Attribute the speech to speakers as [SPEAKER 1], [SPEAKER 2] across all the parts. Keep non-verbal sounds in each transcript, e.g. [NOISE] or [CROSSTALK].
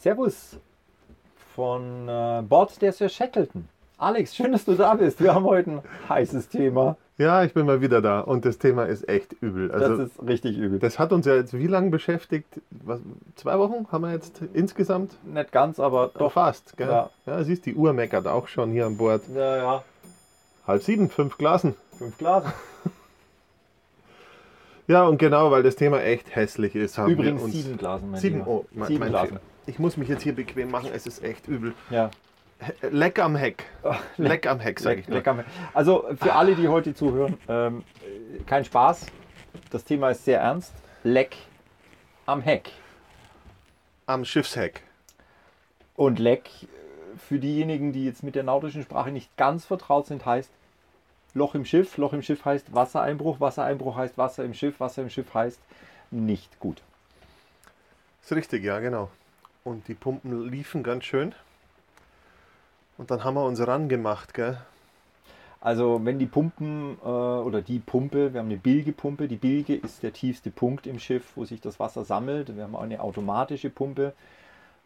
[SPEAKER 1] Servus von äh, Bord der Sir Shackleton. Alex, schön, dass du da bist. Wir haben heute ein heißes Thema.
[SPEAKER 2] Ja, ich bin mal wieder da und das Thema ist echt übel.
[SPEAKER 1] Das
[SPEAKER 2] Also das,
[SPEAKER 1] ist richtig übel.
[SPEAKER 2] hat uns ja jetzt wie lange beschäftigt? Was, zwei Wochen haben wir jetzt insgesamt?
[SPEAKER 1] Nicht ganz, aber
[SPEAKER 2] Doch
[SPEAKER 1] doch.
[SPEAKER 2] fast, gell?
[SPEAKER 1] Ja.
[SPEAKER 2] Ja. siehst, die Uhr meckert auch schon hier an Bord.
[SPEAKER 1] Ja, ja,
[SPEAKER 2] Halb sieben, fünf Glasen.
[SPEAKER 1] fünf Glas.
[SPEAKER 2] Ja, und genau, weil das Thema echt hässlich ist, haben
[SPEAKER 1] Übrigens
[SPEAKER 2] wir uns...
[SPEAKER 1] sieben Glasen, mein
[SPEAKER 2] sieben,
[SPEAKER 1] Lieber.
[SPEAKER 2] oh, mein,
[SPEAKER 1] sieben
[SPEAKER 2] mein
[SPEAKER 1] Glasen.
[SPEAKER 2] Fehler. Ich muss mich jetzt hier bequem machen, es ist echt übel.
[SPEAKER 1] Ja.
[SPEAKER 2] He- Leck am Heck. Leck am Heck, sag
[SPEAKER 1] Oh, Leck,
[SPEAKER 2] ich nur.
[SPEAKER 1] lecker. Milch. Also für alle, die heute zuhören, ähm, kein Spaß. Das Thema ist sehr ernst. Leck am Heck.
[SPEAKER 2] Am Schiffsheck.
[SPEAKER 1] Und Leck, äh, für diejenigen, die jetzt mit der nautischen Sprache nicht ganz vertraut sind, heißt Loch im Schiff. Loch im Schiff heißt Wassereinbruch. Wassereinbruch heißt Wasser im Schiff. Wasser im Schiff heißt nicht gut.
[SPEAKER 2] Ist richtig, ja, genau. Und die Pumpen liefen ganz schön. Und dann haben wir uns rangemacht, gell?
[SPEAKER 1] Also wenn die Pumpen äh, oder die Pumpe, wir haben eine Bilgepumpe, die Bilge ist der tiefste Punkt im Schiff, wo sich das Wasser sammelt. Wir haben auch eine automatische Pumpe,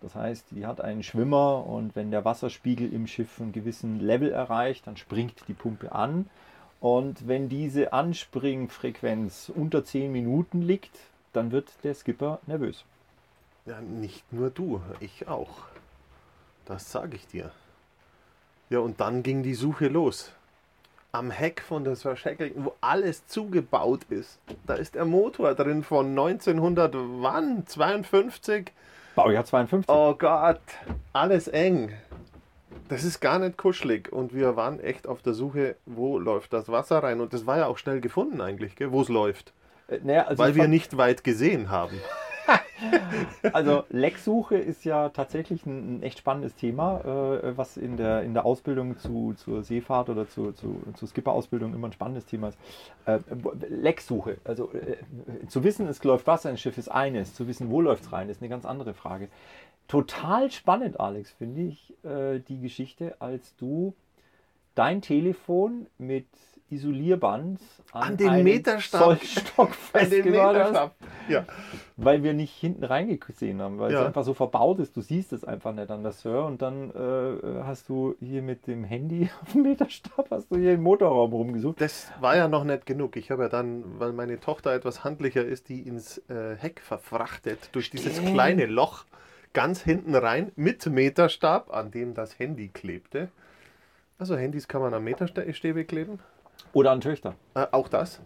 [SPEAKER 1] das heißt, die hat einen Schwimmer und wenn der Wasserspiegel im Schiff einen gewissen Level erreicht, dann springt die Pumpe an. Und wenn diese Anspringfrequenz unter 10 Minuten liegt, dann wird der Skipper nervös.
[SPEAKER 2] Ja, nicht nur du, ich auch. Das sage ich dir. Ja, und dann ging die Suche los. Am Heck von der Sir Shackleton, wo alles zugebaut ist. Da ist der Motor drin von 1900, wann? 52?
[SPEAKER 1] Baujahr 52.
[SPEAKER 2] Oh Gott, alles eng. Das ist gar nicht kuschelig. Und wir waren echt auf der Suche, wo läuft das Wasser rein. Und das war ja auch schnell gefunden eigentlich, gell, wo es läuft.
[SPEAKER 1] Äh, naja, also
[SPEAKER 2] Weil
[SPEAKER 1] ich
[SPEAKER 2] wir
[SPEAKER 1] fand-
[SPEAKER 2] nicht weit gesehen haben.
[SPEAKER 1] Also Lecksuche ist ja tatsächlich ein, ein echt spannendes Thema, äh, was in der, in der Ausbildung zu, zur Seefahrt oder zu, zu, zur Skipper-Ausbildung immer ein spannendes Thema ist. Äh, wo- Lecksuche, also äh, zu wissen, es läuft Wasser ins Schiff ist eines, zu wissen, wo läuft es rein, ist eine ganz andere Frage. Total spannend, Alex, finde ich, äh, die Geschichte, als du dein Telefon mit Isolierband
[SPEAKER 2] An den
[SPEAKER 1] einen
[SPEAKER 2] Meterstab-
[SPEAKER 1] Zollstock
[SPEAKER 2] [LAUGHS] An den
[SPEAKER 1] festgemacht hast.
[SPEAKER 2] Meterstab. Ja.
[SPEAKER 1] Weil wir nicht hinten reingesehen haben, weil es
[SPEAKER 2] Ja.
[SPEAKER 1] einfach so verbaut ist. Du siehst es einfach nicht an der Sir. Und dann äh, hast du hier mit dem Handy [LAUGHS] auf dem Meterstab, hast du hier im Motorraum rumgesucht.
[SPEAKER 2] Das war ja noch nicht genug. Ich habe ja dann, weil meine Tochter etwas handlicher ist, die ins äh, Heck verfrachtet durch dieses
[SPEAKER 1] Stimmt.
[SPEAKER 2] kleine Loch ganz hinten rein mit Meterstab, an dem das Handy klebte. Also Handys kann man am Meterstäbe kleben,
[SPEAKER 1] Oder an Töchter.
[SPEAKER 2] äh, auch das.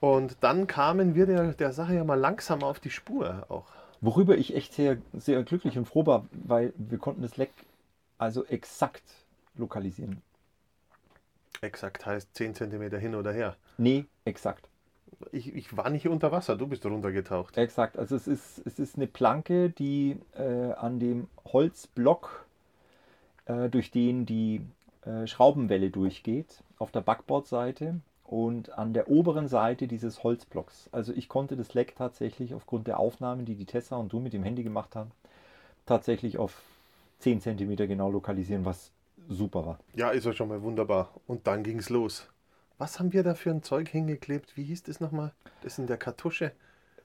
[SPEAKER 2] Und dann kamen wir der, der Sache ja mal langsam auf die Spur auch.
[SPEAKER 1] Worüber ich echt sehr, sehr glücklich und froh war, weil wir konnten das Leck also exakt lokalisieren.
[SPEAKER 2] Exakt heißt 10 cm hin oder her.
[SPEAKER 1] Nee, exakt.
[SPEAKER 2] Ich, ich war nicht unter Wasser, du bist runtergetaucht.
[SPEAKER 1] Exakt. Also es ist, es ist eine Planke, die äh, an dem Holzblock, äh, durch den die äh, Schraubenwelle durchgeht, auf der Backbordseite und an der oberen Seite dieses Holzblocks. Also ich konnte das Leck tatsächlich aufgrund der Aufnahmen, die die Tessa und du mit dem Handy gemacht haben, tatsächlich auf 10 cm genau lokalisieren, was super war.
[SPEAKER 2] Ja, ist ja schon mal wunderbar. Und dann ging's los. Was haben wir da für ein Zeug hingeklebt? Wie hieß das nochmal? Das in der Kartusche.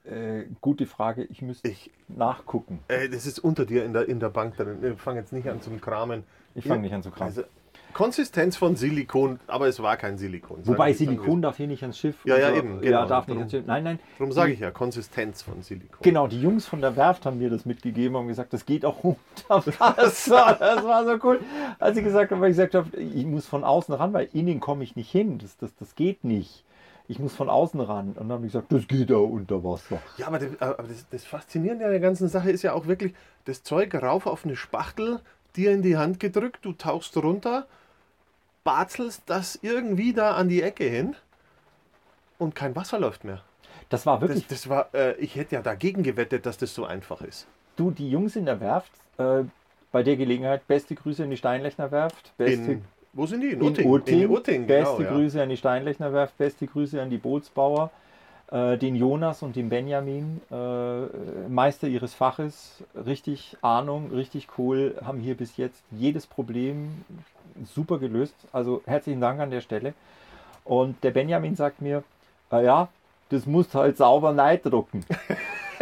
[SPEAKER 1] Äh, gute Frage, ich müsste
[SPEAKER 2] Ich,
[SPEAKER 1] nachgucken.
[SPEAKER 2] äh, das ist unter dir in der, in der Bank drin. Ich fange jetzt nicht an zum Kramen.
[SPEAKER 1] Ich fange nicht an zu kramen.
[SPEAKER 2] Also, Konsistenz von Silikon, aber es war kein Silikon. sagen
[SPEAKER 1] Wobei
[SPEAKER 2] wir- sagen wir-
[SPEAKER 1] Silikon darf hier nicht ans Schiff.
[SPEAKER 2] Ja, ja,
[SPEAKER 1] Also,
[SPEAKER 2] eben,
[SPEAKER 1] Ja,
[SPEAKER 2] genau.
[SPEAKER 1] darf nicht ans
[SPEAKER 2] Drum-
[SPEAKER 1] Schiff. Nein, nein.
[SPEAKER 2] Darum sage ich ja, Konsistenz von Silikon.
[SPEAKER 1] Genau, die Jungs von der Werft haben mir das mitgegeben und gesagt, das geht auch unter
[SPEAKER 2] [LAUGHS]
[SPEAKER 1] Wasser. Das war so cool. Als ich gesagt habe, weil ich gesagt habe, ich muss von außen ran, weil innen komme ich nicht hin. Das, das, das geht nicht. Ich muss von außen ran. Und dann haben die gesagt, das geht auch unter Wasser.
[SPEAKER 2] Ja, aber, das, äh, aber das, das Faszinierende an der ganzen Sache ist ja auch wirklich, das Zeug rauf auf eine Spachtel, dir in die Hand gedrückt, du tauchst runter, barzelst das irgendwie da an die Ecke hin und kein Wasser läuft mehr.
[SPEAKER 1] Das war
[SPEAKER 2] Das,
[SPEAKER 1] wirklich
[SPEAKER 2] das war, äh, ich hätte ja dagegen gewettet, dass das so einfach ist.
[SPEAKER 1] Du, die Jungs in der Werft, äh, bei der Gelegenheit, beste Grüße in die Steinlechner Werft, beste
[SPEAKER 2] In, wo sind die? In
[SPEAKER 1] in
[SPEAKER 2] Utting.
[SPEAKER 1] Utting.
[SPEAKER 2] In Utting,
[SPEAKER 1] Beste
[SPEAKER 2] genau, ja.
[SPEAKER 1] Grüße an die Steinlechner Werft, beste Grüße an die Bootsbauer, äh, den Jonas und den Benjamin, äh, Meister ihres Faches, richtig Ahnung, richtig cool, haben hier bis jetzt jedes Problem super gelöst. Also herzlichen Dank an der Stelle. Und der Benjamin sagt mir, "Ah ja, das musst halt sauber neidrucken. [LAUGHS]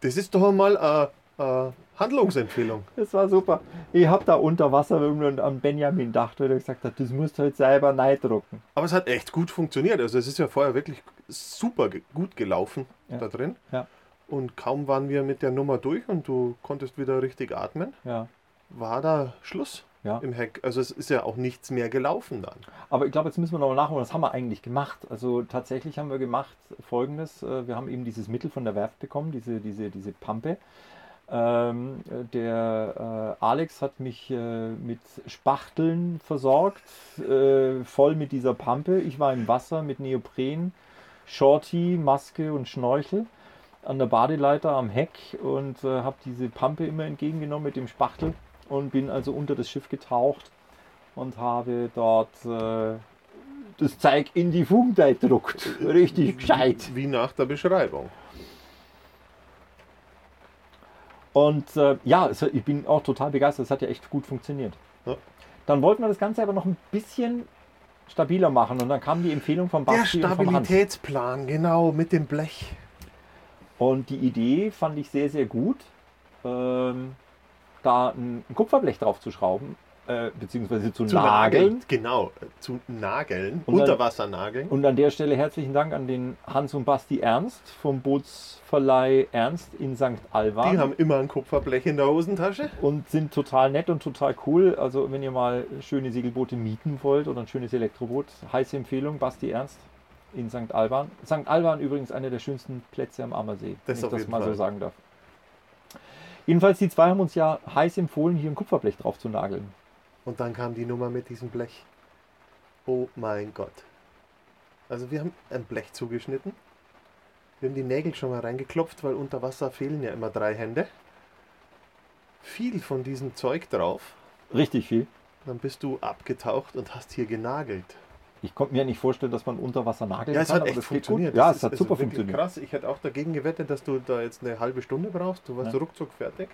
[SPEAKER 2] Das ist doch mal eine eine Handlungsempfehlung.
[SPEAKER 1] Das war super. Ich hab da unter Wasser irgendwann an Benjamin gedacht, weil er gesagt hat, das musst halt selber neidrucken.
[SPEAKER 2] Aber es hat echt gut funktioniert. Also es ist ja vorher wirklich super ge gut gelaufen da drin.
[SPEAKER 1] Ja.
[SPEAKER 2] Und kaum waren wir mit der Nummer durch und du konntest wieder richtig atmen,
[SPEAKER 1] Ja.
[SPEAKER 2] war da Schluss
[SPEAKER 1] Ja.
[SPEAKER 2] im Heck. Also es ist ja auch nichts mehr gelaufen dann.
[SPEAKER 1] Aber ich glaube, jetzt müssen wir nochmal nachholen, was haben wir eigentlich gemacht? Also tatsächlich haben wir gemacht folgendes. äh, Wir haben eben dieses Mittel von der Werft bekommen, diese, diese, diese Pampe. Ähm, äh, der äh, Alex hat mich äh, mit Spachteln versorgt, äh, voll mit dieser Pampe. Ich war im Wasser mit Neopren, Shorty, Maske und Schnorchel an der Badeleiter am Heck und äh, habe diese Pampe immer entgegengenommen mit dem Spachtel und bin also unter das Schiff getaucht und habe dort äh, das Zeug in die Funktei gedruckt. Richtig gescheit.
[SPEAKER 2] Wie nach der Beschreibung.
[SPEAKER 1] Und äh, ja, es, ich bin auch total begeistert. Es hat ja echt gut funktioniert.
[SPEAKER 2] Ja.
[SPEAKER 1] Dann wollten wir das Ganze aber noch ein bisschen stabiler machen und dann kam die Empfehlung von
[SPEAKER 2] Der
[SPEAKER 1] Basti und vom Hans.
[SPEAKER 2] Stabilitätsplan, genau, mit dem Blech.
[SPEAKER 1] Und die Idee fand ich sehr, sehr gut, ähm, da ein, ein Kupferblech drauf zu schrauben, äh, beziehungsweise zu, nageln.
[SPEAKER 2] Genau, zu nageln.
[SPEAKER 1] Und dann-
[SPEAKER 2] Unterwassernageln.
[SPEAKER 1] Und an der Stelle herzlichen Dank an den Hans und Basti Ernst vom Bootsverleih Ernst in St. Alban.
[SPEAKER 2] Die haben immer ein Kupferblech in der Hosentasche.
[SPEAKER 1] und sind total nett und total cool. Also wenn ihr mal schöne Segelboote mieten wollt oder ein schönes Elektroboot, heiße Empfehlung, Basti Ernst in St. Alban. St. Alban übrigens einer der schönsten Plätze am Ammersee,
[SPEAKER 2] Das auf
[SPEAKER 1] wenn ich das
[SPEAKER 2] jeden
[SPEAKER 1] mal so
[SPEAKER 2] Fall.
[SPEAKER 1] sagen darf. Jedenfalls, die zwei haben uns ja heiß empfohlen, hier ein Kupferblech drauf zu nageln.
[SPEAKER 2] Und dann kam die Nummer mit diesem Blech. Oh mein Gott. Also wir haben ein Blech zugeschnitten. Wir haben die Nägel schon mal reingeklopft, weil unter Wasser fehlen ja immer drei Hände. Viel von diesem Zeug drauf.
[SPEAKER 1] Richtig viel.
[SPEAKER 2] Dann bist du abgetaucht und hast hier genagelt.
[SPEAKER 1] Ich konnte mir nicht vorstellen, dass man unter Wasser nageln
[SPEAKER 2] Ja, es
[SPEAKER 1] kann,
[SPEAKER 2] hat
[SPEAKER 1] aber
[SPEAKER 2] echt
[SPEAKER 1] das geht gut.
[SPEAKER 2] funktioniert.
[SPEAKER 1] Ja,
[SPEAKER 2] Das
[SPEAKER 1] es hat
[SPEAKER 2] ist also
[SPEAKER 1] super
[SPEAKER 2] wirklich
[SPEAKER 1] funktioniert.
[SPEAKER 2] Krass, ich hätte auch dagegen gewettet, dass du da jetzt eine halbe Stunde brauchst. Du warst
[SPEAKER 1] Ja.
[SPEAKER 2] ruckzuck fertig.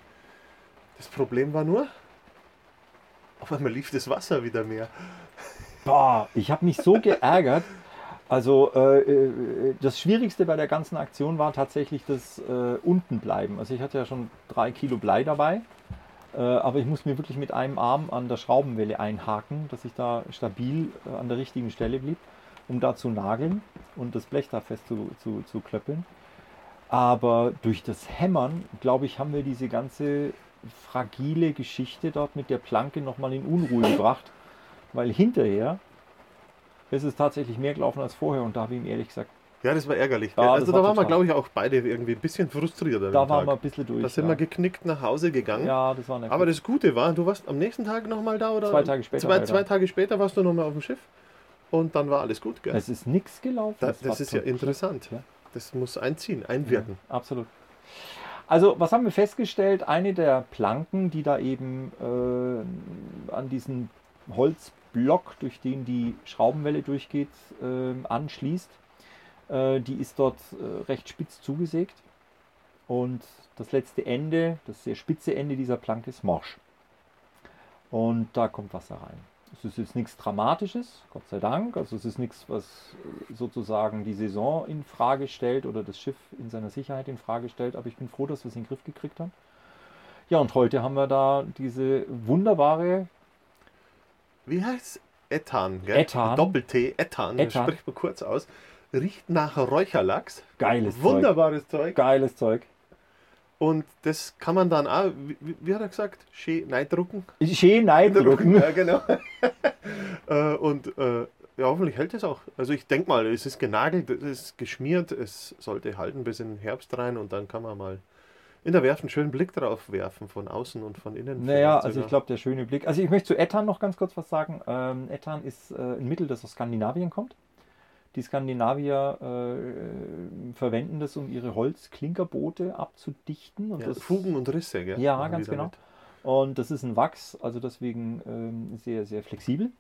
[SPEAKER 2] Das Problem war nur, auf einmal lief das Wasser wieder mehr.
[SPEAKER 1] Boah, ich habe mich so geärgert. Also äh, äh, das Schwierigste bei der ganzen Aktion war tatsächlich das äh, Untenbleiben. Also ich hatte ja schon drei Kilo Blei dabei, äh, aber ich musste mir wirklich mit einem Arm an der Schraubenwelle einhaken, dass ich da stabil äh, an der richtigen Stelle blieb, um da zu nageln und das Blech da fest zu, zu, zu klöppeln. Aber durch das Hämmern, glaube ich, haben wir diese ganze fragile Geschichte dort mit der Planke nochmal in Unruhe gebracht weil hinterher ist es tatsächlich mehr gelaufen als vorher und da habe ich ihm ehrlich gesagt,
[SPEAKER 2] Ja, das war ärgerlich.
[SPEAKER 1] Ja,
[SPEAKER 2] gell?
[SPEAKER 1] das
[SPEAKER 2] also
[SPEAKER 1] war
[SPEAKER 2] da waren wir,
[SPEAKER 1] total.
[SPEAKER 2] glaube ich, auch beide irgendwie ein bisschen frustriert. an
[SPEAKER 1] da
[SPEAKER 2] dem
[SPEAKER 1] waren wir ein
[SPEAKER 2] Tag.
[SPEAKER 1] bisschen durch.
[SPEAKER 2] Da sind
[SPEAKER 1] ja.
[SPEAKER 2] wir geknickt nach Hause gegangen.
[SPEAKER 1] ja, das war eine
[SPEAKER 2] Aber das Gute war, du warst am nächsten Tag nochmal da oder?
[SPEAKER 1] Zwei Tage später halt,
[SPEAKER 2] Zwei,
[SPEAKER 1] war ich
[SPEAKER 2] zwei
[SPEAKER 1] da.
[SPEAKER 2] Tage später warst du nochmal auf dem Schiff und dann war alles gut, gell?
[SPEAKER 1] es ist nichts gelaufen.
[SPEAKER 2] Da, das
[SPEAKER 1] war
[SPEAKER 2] ist ja
[SPEAKER 1] total-
[SPEAKER 2] interessant.
[SPEAKER 1] Ja.
[SPEAKER 2] Das muss einziehen, einwirken.
[SPEAKER 1] Ja, absolut. Also, was haben wir festgestellt? Eine der Planken, die da eben äh, an diesen Holzblock, durch den die Schraubenwelle durchgeht, äh, anschließt, äh, die ist dort äh, recht spitz zugesägt. Und das letzte Ende, das sehr spitze Ende dieser Planke ist morsch. Und da kommt Wasser rein. Es ist jetzt nichts Dramatisches, Gott sei Dank. Also es ist nichts, was äh, sozusagen die Saison in Frage stellt oder das Schiff in seiner Sicherheit in Frage stellt. Aber ich bin froh, dass wir es in den Griff gekriegt haben. Ja, und heute haben wir da diese wunderbare,
[SPEAKER 2] Wie heißt Ethan, gell?
[SPEAKER 1] Ethan.
[SPEAKER 2] Doppel-T, Ethan. Das
[SPEAKER 1] Ethan.
[SPEAKER 2] spricht man kurz aus. Riecht nach Räucherlachs.
[SPEAKER 1] Geiles
[SPEAKER 2] Wunderbares Zeug.
[SPEAKER 1] geiles Zeug.
[SPEAKER 2] Und das kann man dann auch, wie, wie- wie hat er gesagt, schön neidrucken.
[SPEAKER 1] Schön neidrucken.
[SPEAKER 2] Ja, genau. [LAUGHS] äh, und äh, ja, hoffentlich hält es auch. Also ich denke mal, es ist genagelt, es ist geschmiert, es sollte halten bis in den Herbst rein und dann kann man mal in der Werft einen schönen Blick drauf werfen, von außen und von innen.
[SPEAKER 1] Naja,
[SPEAKER 2] vielleicht
[SPEAKER 1] also ich
[SPEAKER 2] sogar.
[SPEAKER 1] glaube, der schöne Blick. Also ich möchte zu Ethan noch ganz kurz was sagen. Ähm, Ethan ist äh, ein Mittel, das aus Skandinavien kommt. Die Skandinavier äh, verwenden das, um ihre Holzklinkerboote abzudichten. Und
[SPEAKER 2] Ja,
[SPEAKER 1] das
[SPEAKER 2] Fugen und Risse, gell?
[SPEAKER 1] Ja,
[SPEAKER 2] Machen die
[SPEAKER 1] ganz genau.
[SPEAKER 2] damit.
[SPEAKER 1] Und das ist ein Wachs, also deswegen ähm, sehr, sehr flexibel.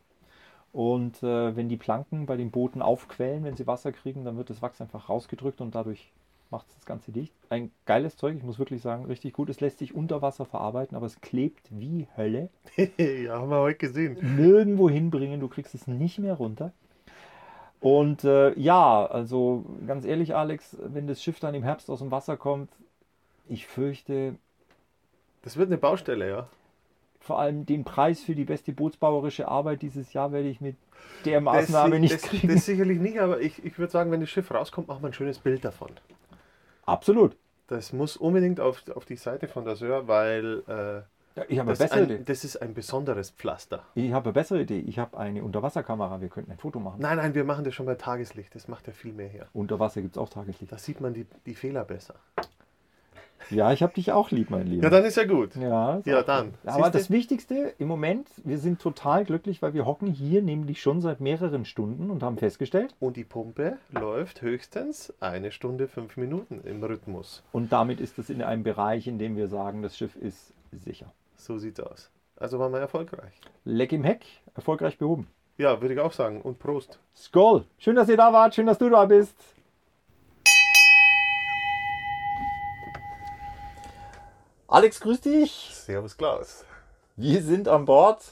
[SPEAKER 1] Und äh, wenn die Planken bei den Booten aufquellen, wenn sie Wasser kriegen, dann wird das Wachs einfach rausgedrückt und dadurch macht es das Ganze dicht. Ein geiles Zeug, ich muss wirklich sagen, richtig gut. Es lässt sich unter Wasser verarbeiten, aber es klebt wie Hölle.
[SPEAKER 2] [LAUGHS] ja, haben wir heute gesehen.
[SPEAKER 1] Nirgendwo hinbringen, du kriegst es nicht mehr runter. Und äh, ja, also ganz ehrlich, Alex, wenn das Schiff dann im Herbst aus dem Wasser kommt, ich fürchte,
[SPEAKER 2] Das wird eine Baustelle, ja.
[SPEAKER 1] vor allem den Preis für die beste bootsbauerische Arbeit dieses Jahr werde ich mit der Maßnahme
[SPEAKER 2] das,
[SPEAKER 1] nicht
[SPEAKER 2] das,
[SPEAKER 1] kriegen.
[SPEAKER 2] Das sicherlich nicht, aber ich, ich würde sagen, wenn das Schiff rauskommt, machen wir ein schönes Bild davon.
[SPEAKER 1] Absolut.
[SPEAKER 2] Das muss unbedingt auf, auf die Seite von der Sör, weil äh,
[SPEAKER 1] Ja, Ich habe, eine
[SPEAKER 2] das,
[SPEAKER 1] bessere Idee.
[SPEAKER 2] ein, das ist ein besonderes Pflaster.
[SPEAKER 1] ich habe eine bessere Idee. Ich habe eine Unterwasserkamera. Wir könnten ein Foto machen.
[SPEAKER 2] Nein, nein, wir machen das schon bei Tageslicht. Das macht ja viel mehr her.
[SPEAKER 1] Unter Wasser gibt es auch Tageslicht.
[SPEAKER 2] Da sieht man die, die Fehler besser.
[SPEAKER 1] Ja, ich habe dich auch lieb, mein Lieber.
[SPEAKER 2] Ja, dann ist ja gut.
[SPEAKER 1] Ja, ist
[SPEAKER 2] Ja,
[SPEAKER 1] auch
[SPEAKER 2] dann.
[SPEAKER 1] gut. Aber
[SPEAKER 2] Siehste?
[SPEAKER 1] das Wichtigste im Moment, wir sind total glücklich, weil wir hocken hier nämlich schon seit mehreren Stunden und haben festgestellt,
[SPEAKER 2] Und die Pumpe läuft höchstens eine Stunde, fünf Minuten im Rhythmus.
[SPEAKER 1] und damit ist es in einem Bereich, in dem wir sagen, das Schiff ist sicher.
[SPEAKER 2] So sieht's aus. Also waren wir erfolgreich.
[SPEAKER 1] Leck im Heck, erfolgreich behoben.
[SPEAKER 2] Ja, würde ich auch sagen. Und Prost.
[SPEAKER 1] Skoll! Schön, dass ihr da wart, schön, dass du da bist. Alex, grüß dich.
[SPEAKER 2] Servus, Klaus.
[SPEAKER 1] Wir sind an Bord.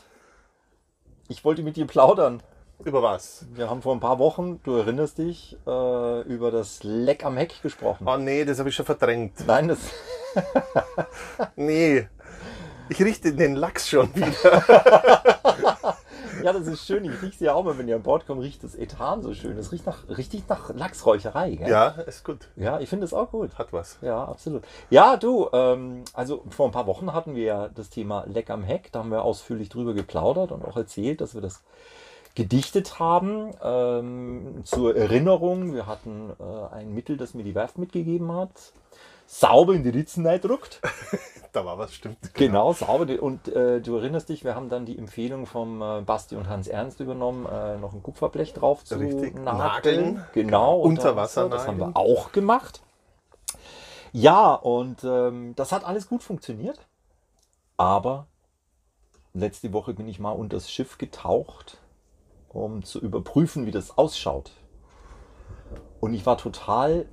[SPEAKER 1] Ich wollte mit dir plaudern.
[SPEAKER 2] Über was?
[SPEAKER 1] Wir haben vor ein paar Wochen, du erinnerst dich, äh, über das Leck am Heck gesprochen.
[SPEAKER 2] Oh nee, das habe ich schon verdrängt.
[SPEAKER 1] Nein, das, [LAUGHS]
[SPEAKER 2] Nee. Ich richte den Lachs schon wieder.
[SPEAKER 1] ja, das ist schön. Ich riech's ja auch mal, wenn ihr an Bord kommt, riecht das Ethan so schön. Das riecht nach, richtig nach Lachsräucherei. Gell?
[SPEAKER 2] [LAUGHS] Ja, ist gut.
[SPEAKER 1] ja, ich finde das auch gut.
[SPEAKER 2] Hat was.
[SPEAKER 1] Ja, absolut. Ja, du, ähm, also vor ein paar Wochen hatten wir ja das Thema Leck am Heck. Da haben wir ausführlich drüber geplaudert und auch erzählt, dass wir das gedichtet haben. Ähm, zur Erinnerung, wir hatten äh, ein Mittel, das mir die Werft mitgegeben hat. Sauber in die Ritzen druckt.
[SPEAKER 2] Da war was, stimmt.
[SPEAKER 1] Genau, sauber. Und äh, du erinnerst dich, wir haben dann die Empfehlung vom äh, Basti und Hans Ernst übernommen, äh, noch ein Kupferblech drauf zu
[SPEAKER 2] Richtig, nageln.
[SPEAKER 1] Genau,
[SPEAKER 2] Unter Wasser
[SPEAKER 1] Das haben wir
[SPEAKER 2] nageln.
[SPEAKER 1] auch gemacht. Ja, und ähm, das hat alles gut funktioniert. Aber letzte Woche bin ich mal unter das Schiff getaucht, um zu überprüfen, wie das ausschaut. Und ich war total,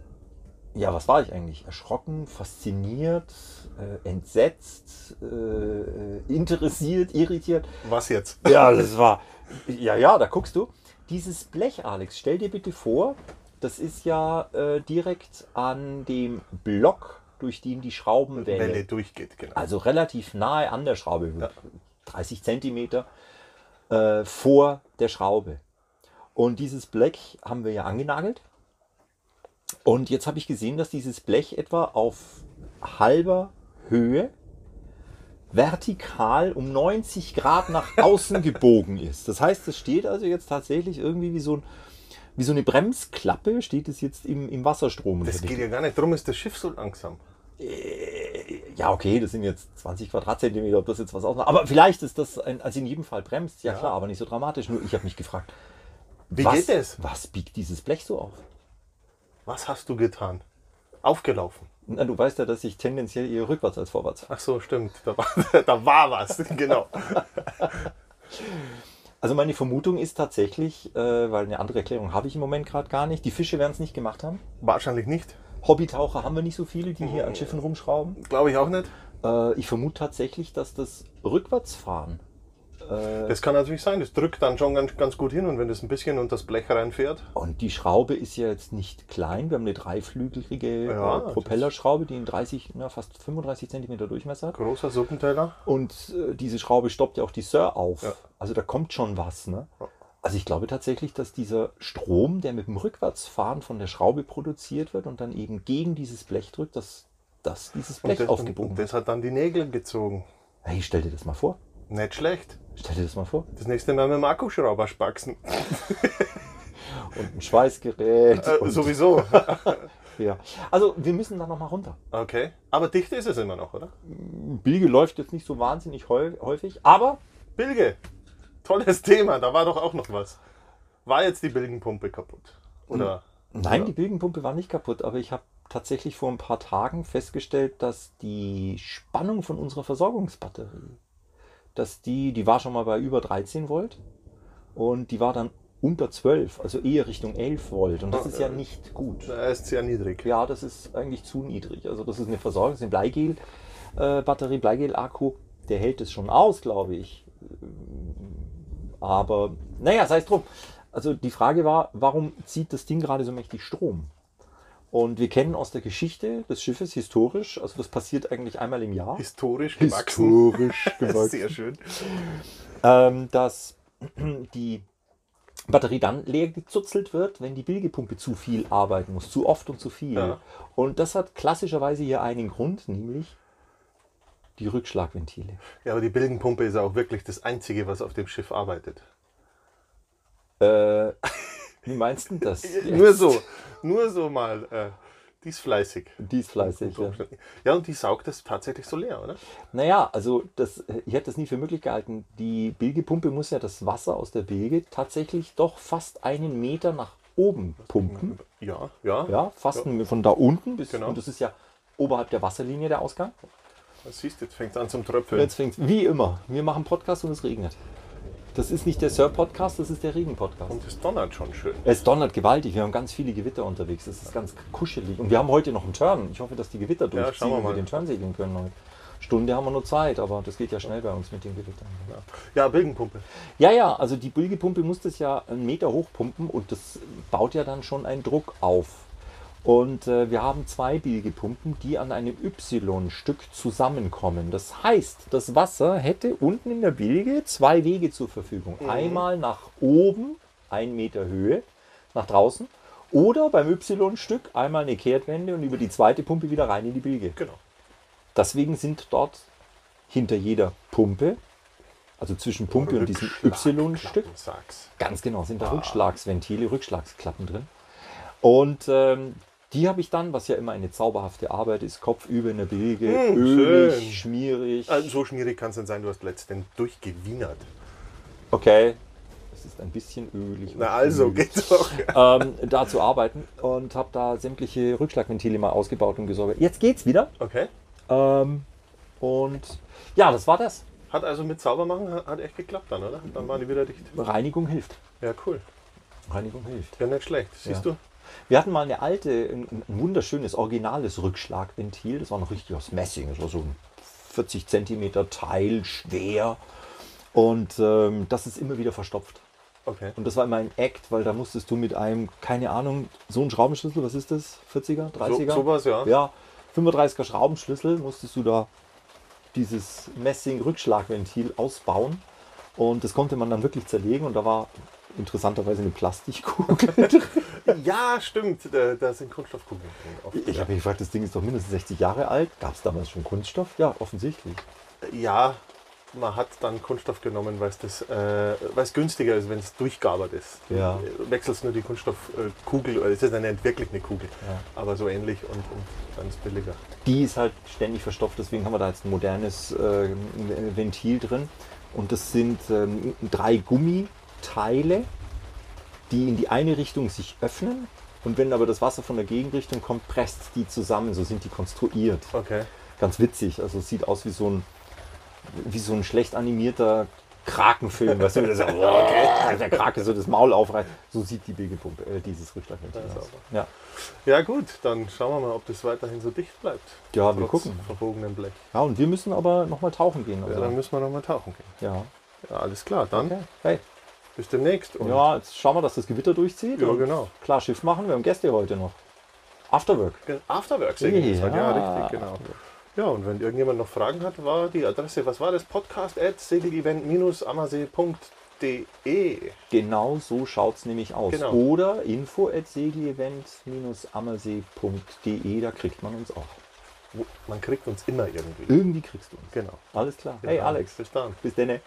[SPEAKER 1] ja, was war ich eigentlich? Erschrocken, fasziniert, äh, entsetzt, äh, äh, interessiert, irritiert.
[SPEAKER 2] Was jetzt?
[SPEAKER 1] Ja, das war. Ja, ja, da guckst du. Dieses Blech, Alex, stell dir bitte vor, das ist ja äh, direkt an dem Block, durch den die Schraubenwelle.
[SPEAKER 2] Welle durchgeht, genau.
[SPEAKER 1] Also relativ nahe an der Schraube, 30 Zentimeter äh, vor der Schraube. Und dieses Blech haben wir ja angenagelt. Und jetzt habe ich gesehen, dass dieses Blech etwa auf halber Höhe vertikal um 90 Grad nach außen gebogen ist. Das heißt, es steht also jetzt tatsächlich irgendwie wie so, ein, wie so eine Bremsklappe, steht es jetzt im, im Wasserstrom.
[SPEAKER 2] das
[SPEAKER 1] unter
[SPEAKER 2] geht ja gar nicht. Drum ist das Schiff so langsam.
[SPEAKER 1] äh, ja, okay, das sind jetzt 20 Quadratzentimeter, ob das jetzt was ausmacht. Aber vielleicht ist das, ein, also in jedem Fall bremst, ja,
[SPEAKER 2] Ja.
[SPEAKER 1] klar, aber nicht so dramatisch. Nur ich habe mich gefragt,
[SPEAKER 2] Wie
[SPEAKER 1] was,
[SPEAKER 2] geht das?
[SPEAKER 1] was biegt dieses Blech so auf?
[SPEAKER 2] Was hast du getan? Aufgelaufen.
[SPEAKER 1] Na, du weißt ja, dass ich tendenziell eher rückwärts als vorwärts fahre.
[SPEAKER 2] Ach so, stimmt. Da war, [LAUGHS] da war was. [LAUGHS] Genau.
[SPEAKER 1] Also meine Vermutung ist tatsächlich, äh, weil eine andere Erklärung habe ich im Moment gerade gar nicht, die Fische werden es nicht gemacht haben.
[SPEAKER 2] Wahrscheinlich nicht.
[SPEAKER 1] Hobbytaucher haben wir nicht so viele, die hier an Schiffen rumschrauben.
[SPEAKER 2] Glaube ich auch nicht.
[SPEAKER 1] Äh, ich vermute tatsächlich, dass das Rückwärtsfahren
[SPEAKER 2] Das kann natürlich sein. Das drückt dann schon ganz, ganz gut hin. Und wenn das ein bisschen unter das Blech reinfährt,
[SPEAKER 1] Und die Schraube ist ja jetzt nicht klein. Wir haben eine dreiflügelige
[SPEAKER 2] Ja,
[SPEAKER 1] äh, Propellerschraube, die einen 30, na, fast 35 Zentimeter Durchmesser hat.
[SPEAKER 2] großer Suppenteller.
[SPEAKER 1] Und äh, diese Schraube stoppt ja auch die Sir auf.
[SPEAKER 2] Ja.
[SPEAKER 1] Also da kommt schon was. Ne?
[SPEAKER 2] Ja.
[SPEAKER 1] Also ich glaube tatsächlich, dass dieser Strom, der mit dem Rückwärtsfahren von der Schraube produziert wird und dann eben gegen dieses Blech drückt, dass, dass dieses
[SPEAKER 2] Und
[SPEAKER 1] Blech
[SPEAKER 2] das, und,
[SPEAKER 1] aufgebogen
[SPEAKER 2] und
[SPEAKER 1] wird.
[SPEAKER 2] das hat dann die Nägel gezogen.
[SPEAKER 1] Hey, stell dir das mal vor.
[SPEAKER 2] Nicht schlecht.
[SPEAKER 1] Stell dir das mal vor.
[SPEAKER 2] Das nächste Mal mit dem Akkuschrauber spaxen.
[SPEAKER 1] Und ein Schweißgerät.
[SPEAKER 2] Äh,
[SPEAKER 1] und,
[SPEAKER 2] sowieso. [LAUGHS]
[SPEAKER 1] ja. Also wir müssen da nochmal runter.
[SPEAKER 2] Okay. Aber dicht ist es immer noch, oder?
[SPEAKER 1] Bilge läuft jetzt nicht so wahnsinnig häu- häufig, aber
[SPEAKER 2] Bilge. Tolles Thema. Da war doch auch noch was. War jetzt die Bilgenpumpe kaputt? Oder?
[SPEAKER 1] Nein,
[SPEAKER 2] oder?
[SPEAKER 1] die Bilgenpumpe war nicht kaputt, aber ich habe tatsächlich vor ein paar Tagen festgestellt, dass die Spannung von unserer Versorgungsbatterie, dass die, die war schon mal bei über 13 Volt und die war dann unter 12, also eher Richtung 11 Volt und das
[SPEAKER 2] Ah,
[SPEAKER 1] ist ja
[SPEAKER 2] äh,
[SPEAKER 1] nicht gut.
[SPEAKER 2] Na, Er ist sehr niedrig.
[SPEAKER 1] Ja, das ist eigentlich zu niedrig. Also das ist eine Versorgung, das ist eine Bleigel-Batterie, Bleigel-Akku. Der hält es schon aus, glaube ich. Ähm, Aber naja, sei es drum. Also die Frage war, warum zieht das Ding gerade so mächtig Strom? Und wir kennen aus der Geschichte des Schiffes historisch, also das passiert eigentlich einmal im Jahr,
[SPEAKER 2] Historisch gewachsen.
[SPEAKER 1] historisch
[SPEAKER 2] [LAUGHS] Sehr schön.
[SPEAKER 1] ähm, dass [CLEARS THROAT] die Batterie dann leer gezuzelt wird, wenn die Bilgepumpe zu viel arbeiten muss, zu oft und zu viel.
[SPEAKER 2] Ja.
[SPEAKER 1] Und das hat klassischerweise hier einen Grund, nämlich die Rückschlagventile.
[SPEAKER 2] Ja, aber die Bilgenpumpe ist auch wirklich das Einzige, was auf dem Schiff arbeitet.
[SPEAKER 1] Äh, [LAUGHS] wie meinst du
[SPEAKER 2] [LAUGHS]
[SPEAKER 1] das?
[SPEAKER 2] Nur so, nur so mal. Äh, die ist fleißig.
[SPEAKER 1] Die ist fleißig. Ja.
[SPEAKER 2] Ja. ja, und die saugt das tatsächlich so leer, oder?
[SPEAKER 1] Naja, also das, ich hätte das nie für möglich gehalten. Die Bilgepumpe muss ja das Wasser aus der Bilge tatsächlich doch fast einen Meter nach oben pumpen.
[SPEAKER 2] Ja, ja.
[SPEAKER 1] Ja, fast von da unten bis
[SPEAKER 2] Genau.
[SPEAKER 1] und das ist ja oberhalb der Wasserlinie der Ausgang.
[SPEAKER 2] Das siehst du, jetzt fängt es an zum Tröpfeln.
[SPEAKER 1] Jetzt fängt's wie immer. Wir machen Podcast und es regnet. Das ist nicht der Surf-Podcast, das ist der Regen-Podcast.
[SPEAKER 2] Und es donnert schon schön.
[SPEAKER 1] Es donnert gewaltig. Wir haben ganz viele Gewitter unterwegs. Es ist ganz kuschelig. Und wir haben heute noch einen Turn. Ich hoffe, dass die Gewitter
[SPEAKER 2] Ja,
[SPEAKER 1] durchziehen
[SPEAKER 2] schauen wir
[SPEAKER 1] und
[SPEAKER 2] mal.
[SPEAKER 1] wir den Turn segeln können heute. Stunde haben wir nur Zeit, aber das geht ja schnell bei uns mit den Gewittern.
[SPEAKER 2] Ja, ja Bilgenpumpe.
[SPEAKER 1] Ja, ja, also die Bilgepumpe muss das ja einen Meter hoch pumpen und das baut ja dann schon einen Druck auf. Und äh, wir haben zwei Bilgepumpen, die an einem Y-Stück zusammenkommen. Das heißt, das Wasser hätte unten in der Bilge zwei Wege zur Verfügung. Einmal nach oben, ein Meter Höhe, nach draußen. Oder beim Y-Stück einmal eine Kehrtwende und über die zweite Pumpe wieder rein in die Bilge.
[SPEAKER 2] Genau.
[SPEAKER 1] Deswegen sind dort hinter jeder Pumpe, also zwischen Pumpe und diesem Y-Stück,
[SPEAKER 2] Sag's.
[SPEAKER 1] ganz genau, sind da
[SPEAKER 2] Ah.
[SPEAKER 1] Rückschlagsventile, Rückschlagsklappen drin. Und ähm, die habe ich dann, was ja immer eine zauberhafte Arbeit ist, kopfüber in der Bilge,
[SPEAKER 2] Mm,
[SPEAKER 1] ölig,
[SPEAKER 2] schön.
[SPEAKER 1] schmierig.
[SPEAKER 2] Also, so schmierig kann es denn sein, du hast letztendlich durchgewienert.
[SPEAKER 1] Okay, es ist ein bisschen ölig. und
[SPEAKER 2] Na also,
[SPEAKER 1] schmierig.
[SPEAKER 2] geht's doch.
[SPEAKER 1] ähm, da zu arbeiten und habe da sämtliche Rückschlagventile mal ausgebaut und gesorgt. Jetzt geht's wieder.
[SPEAKER 2] Okay.
[SPEAKER 1] Ähm, und ja, das war das.
[SPEAKER 2] Hat also mit Saubermachen ha- hat echt geklappt dann, oder? Dann waren die wieder dicht.
[SPEAKER 1] Reinigung hilft.
[SPEAKER 2] Ja, cool.
[SPEAKER 1] Reinigung hilft.
[SPEAKER 2] Ja, nicht schlecht. Siehst
[SPEAKER 1] Ja.
[SPEAKER 2] du?
[SPEAKER 1] Wir hatten mal eine alte, ein, ein wunderschönes, originales Rückschlagventil. Das war noch richtig aus Messing. Das war so ein 40 Zentimeter Teil, schwer. Und ähm, das ist immer wieder verstopft.
[SPEAKER 2] Okay.
[SPEAKER 1] Und das war immer ein Act, weil da musstest du mit einem, keine Ahnung, so ein Schraubenschlüssel, was ist das? 40er, 30er?
[SPEAKER 2] sowas, ja.
[SPEAKER 1] Ja, 35er Schraubenschlüssel musstest du da dieses Messing-Rückschlagventil ausbauen. Und das konnte man dann wirklich zerlegen. Und da war interessanterweise eine Plastikkugel drin.
[SPEAKER 2] Ja, stimmt. Da, da sind Kunststoffkugeln drin. Oft,
[SPEAKER 1] [LAUGHS] Ich
[SPEAKER 2] ja.
[SPEAKER 1] habe mich gefragt, das Ding ist doch mindestens 60 Jahre alt. Gab es damals schon Kunststoff? Ja, offensichtlich.
[SPEAKER 2] ja, man hat dann Kunststoff genommen, weil es das, äh, weil es günstiger ist, wenn es durchgearbeitet ist. Du
[SPEAKER 1] Ja.
[SPEAKER 2] wechselst nur die Kunststoffkugel, oder es ist ja nicht wirklich eine Kugel,
[SPEAKER 1] Ja.
[SPEAKER 2] aber so ähnlich und, und dann ist es billiger.
[SPEAKER 1] Die ist halt ständig verstopft, deswegen haben wir da jetzt ein modernes äh, Ventil drin. Und das sind ähm, drei Gummiteile, die in die eine Richtung sich öffnen. Und wenn aber das Wasser von der Gegenrichtung kommt, presst die zusammen. So sind die konstruiert.
[SPEAKER 2] Okay.
[SPEAKER 1] Ganz witzig. Also es sieht aus wie so ein, wie so ein schlecht animierter Krakenfilm. Weißt du, wie das so, [LAUGHS] oh, der Krake so das Maul aufreißt. So sieht die Bilgepumpe, äh, dieses Rückschlagventil
[SPEAKER 2] Ja,
[SPEAKER 1] aus.
[SPEAKER 2] sauber.
[SPEAKER 1] Ja.
[SPEAKER 2] Ja gut, dann schauen wir mal, ob das weiterhin so dicht bleibt.
[SPEAKER 1] Ja, wir
[SPEAKER 2] Trotz
[SPEAKER 1] gucken.
[SPEAKER 2] verbogenem Blech.
[SPEAKER 1] ja, und wir müssen aber nochmal tauchen gehen.
[SPEAKER 2] Ja,
[SPEAKER 1] Also,
[SPEAKER 2] dann müssen wir nochmal tauchen gehen.
[SPEAKER 1] ja.
[SPEAKER 2] Ja, alles klar, dann
[SPEAKER 1] Okay. Hey.
[SPEAKER 2] bis demnächst. und-
[SPEAKER 1] Ja, jetzt schauen wir, dass das Gewitter durchzieht.
[SPEAKER 2] Ja,
[SPEAKER 1] und
[SPEAKER 2] genau.
[SPEAKER 1] Klar, Schiff machen, wir haben Gäste heute noch. Afterwork.
[SPEAKER 2] Afterwork singen. Ja.
[SPEAKER 1] Ja.
[SPEAKER 2] ja, richtig, genau. Ja, und wenn irgendjemand noch Fragen hat, war die Adresse, was war das? Podcast at segelevent-ammersee.de.
[SPEAKER 1] Genau so schaut es nämlich aus.
[SPEAKER 2] Genau.
[SPEAKER 1] Oder info at segelevent-ammersee.de, da kriegt man uns auch.
[SPEAKER 2] Wo- Man kriegt uns immer irgendwie.
[SPEAKER 1] Irgendwie kriegst du uns.
[SPEAKER 2] Genau.
[SPEAKER 1] Alles klar. Hey
[SPEAKER 2] Genau.
[SPEAKER 1] Alex,
[SPEAKER 2] Bis dann.
[SPEAKER 1] bis denne.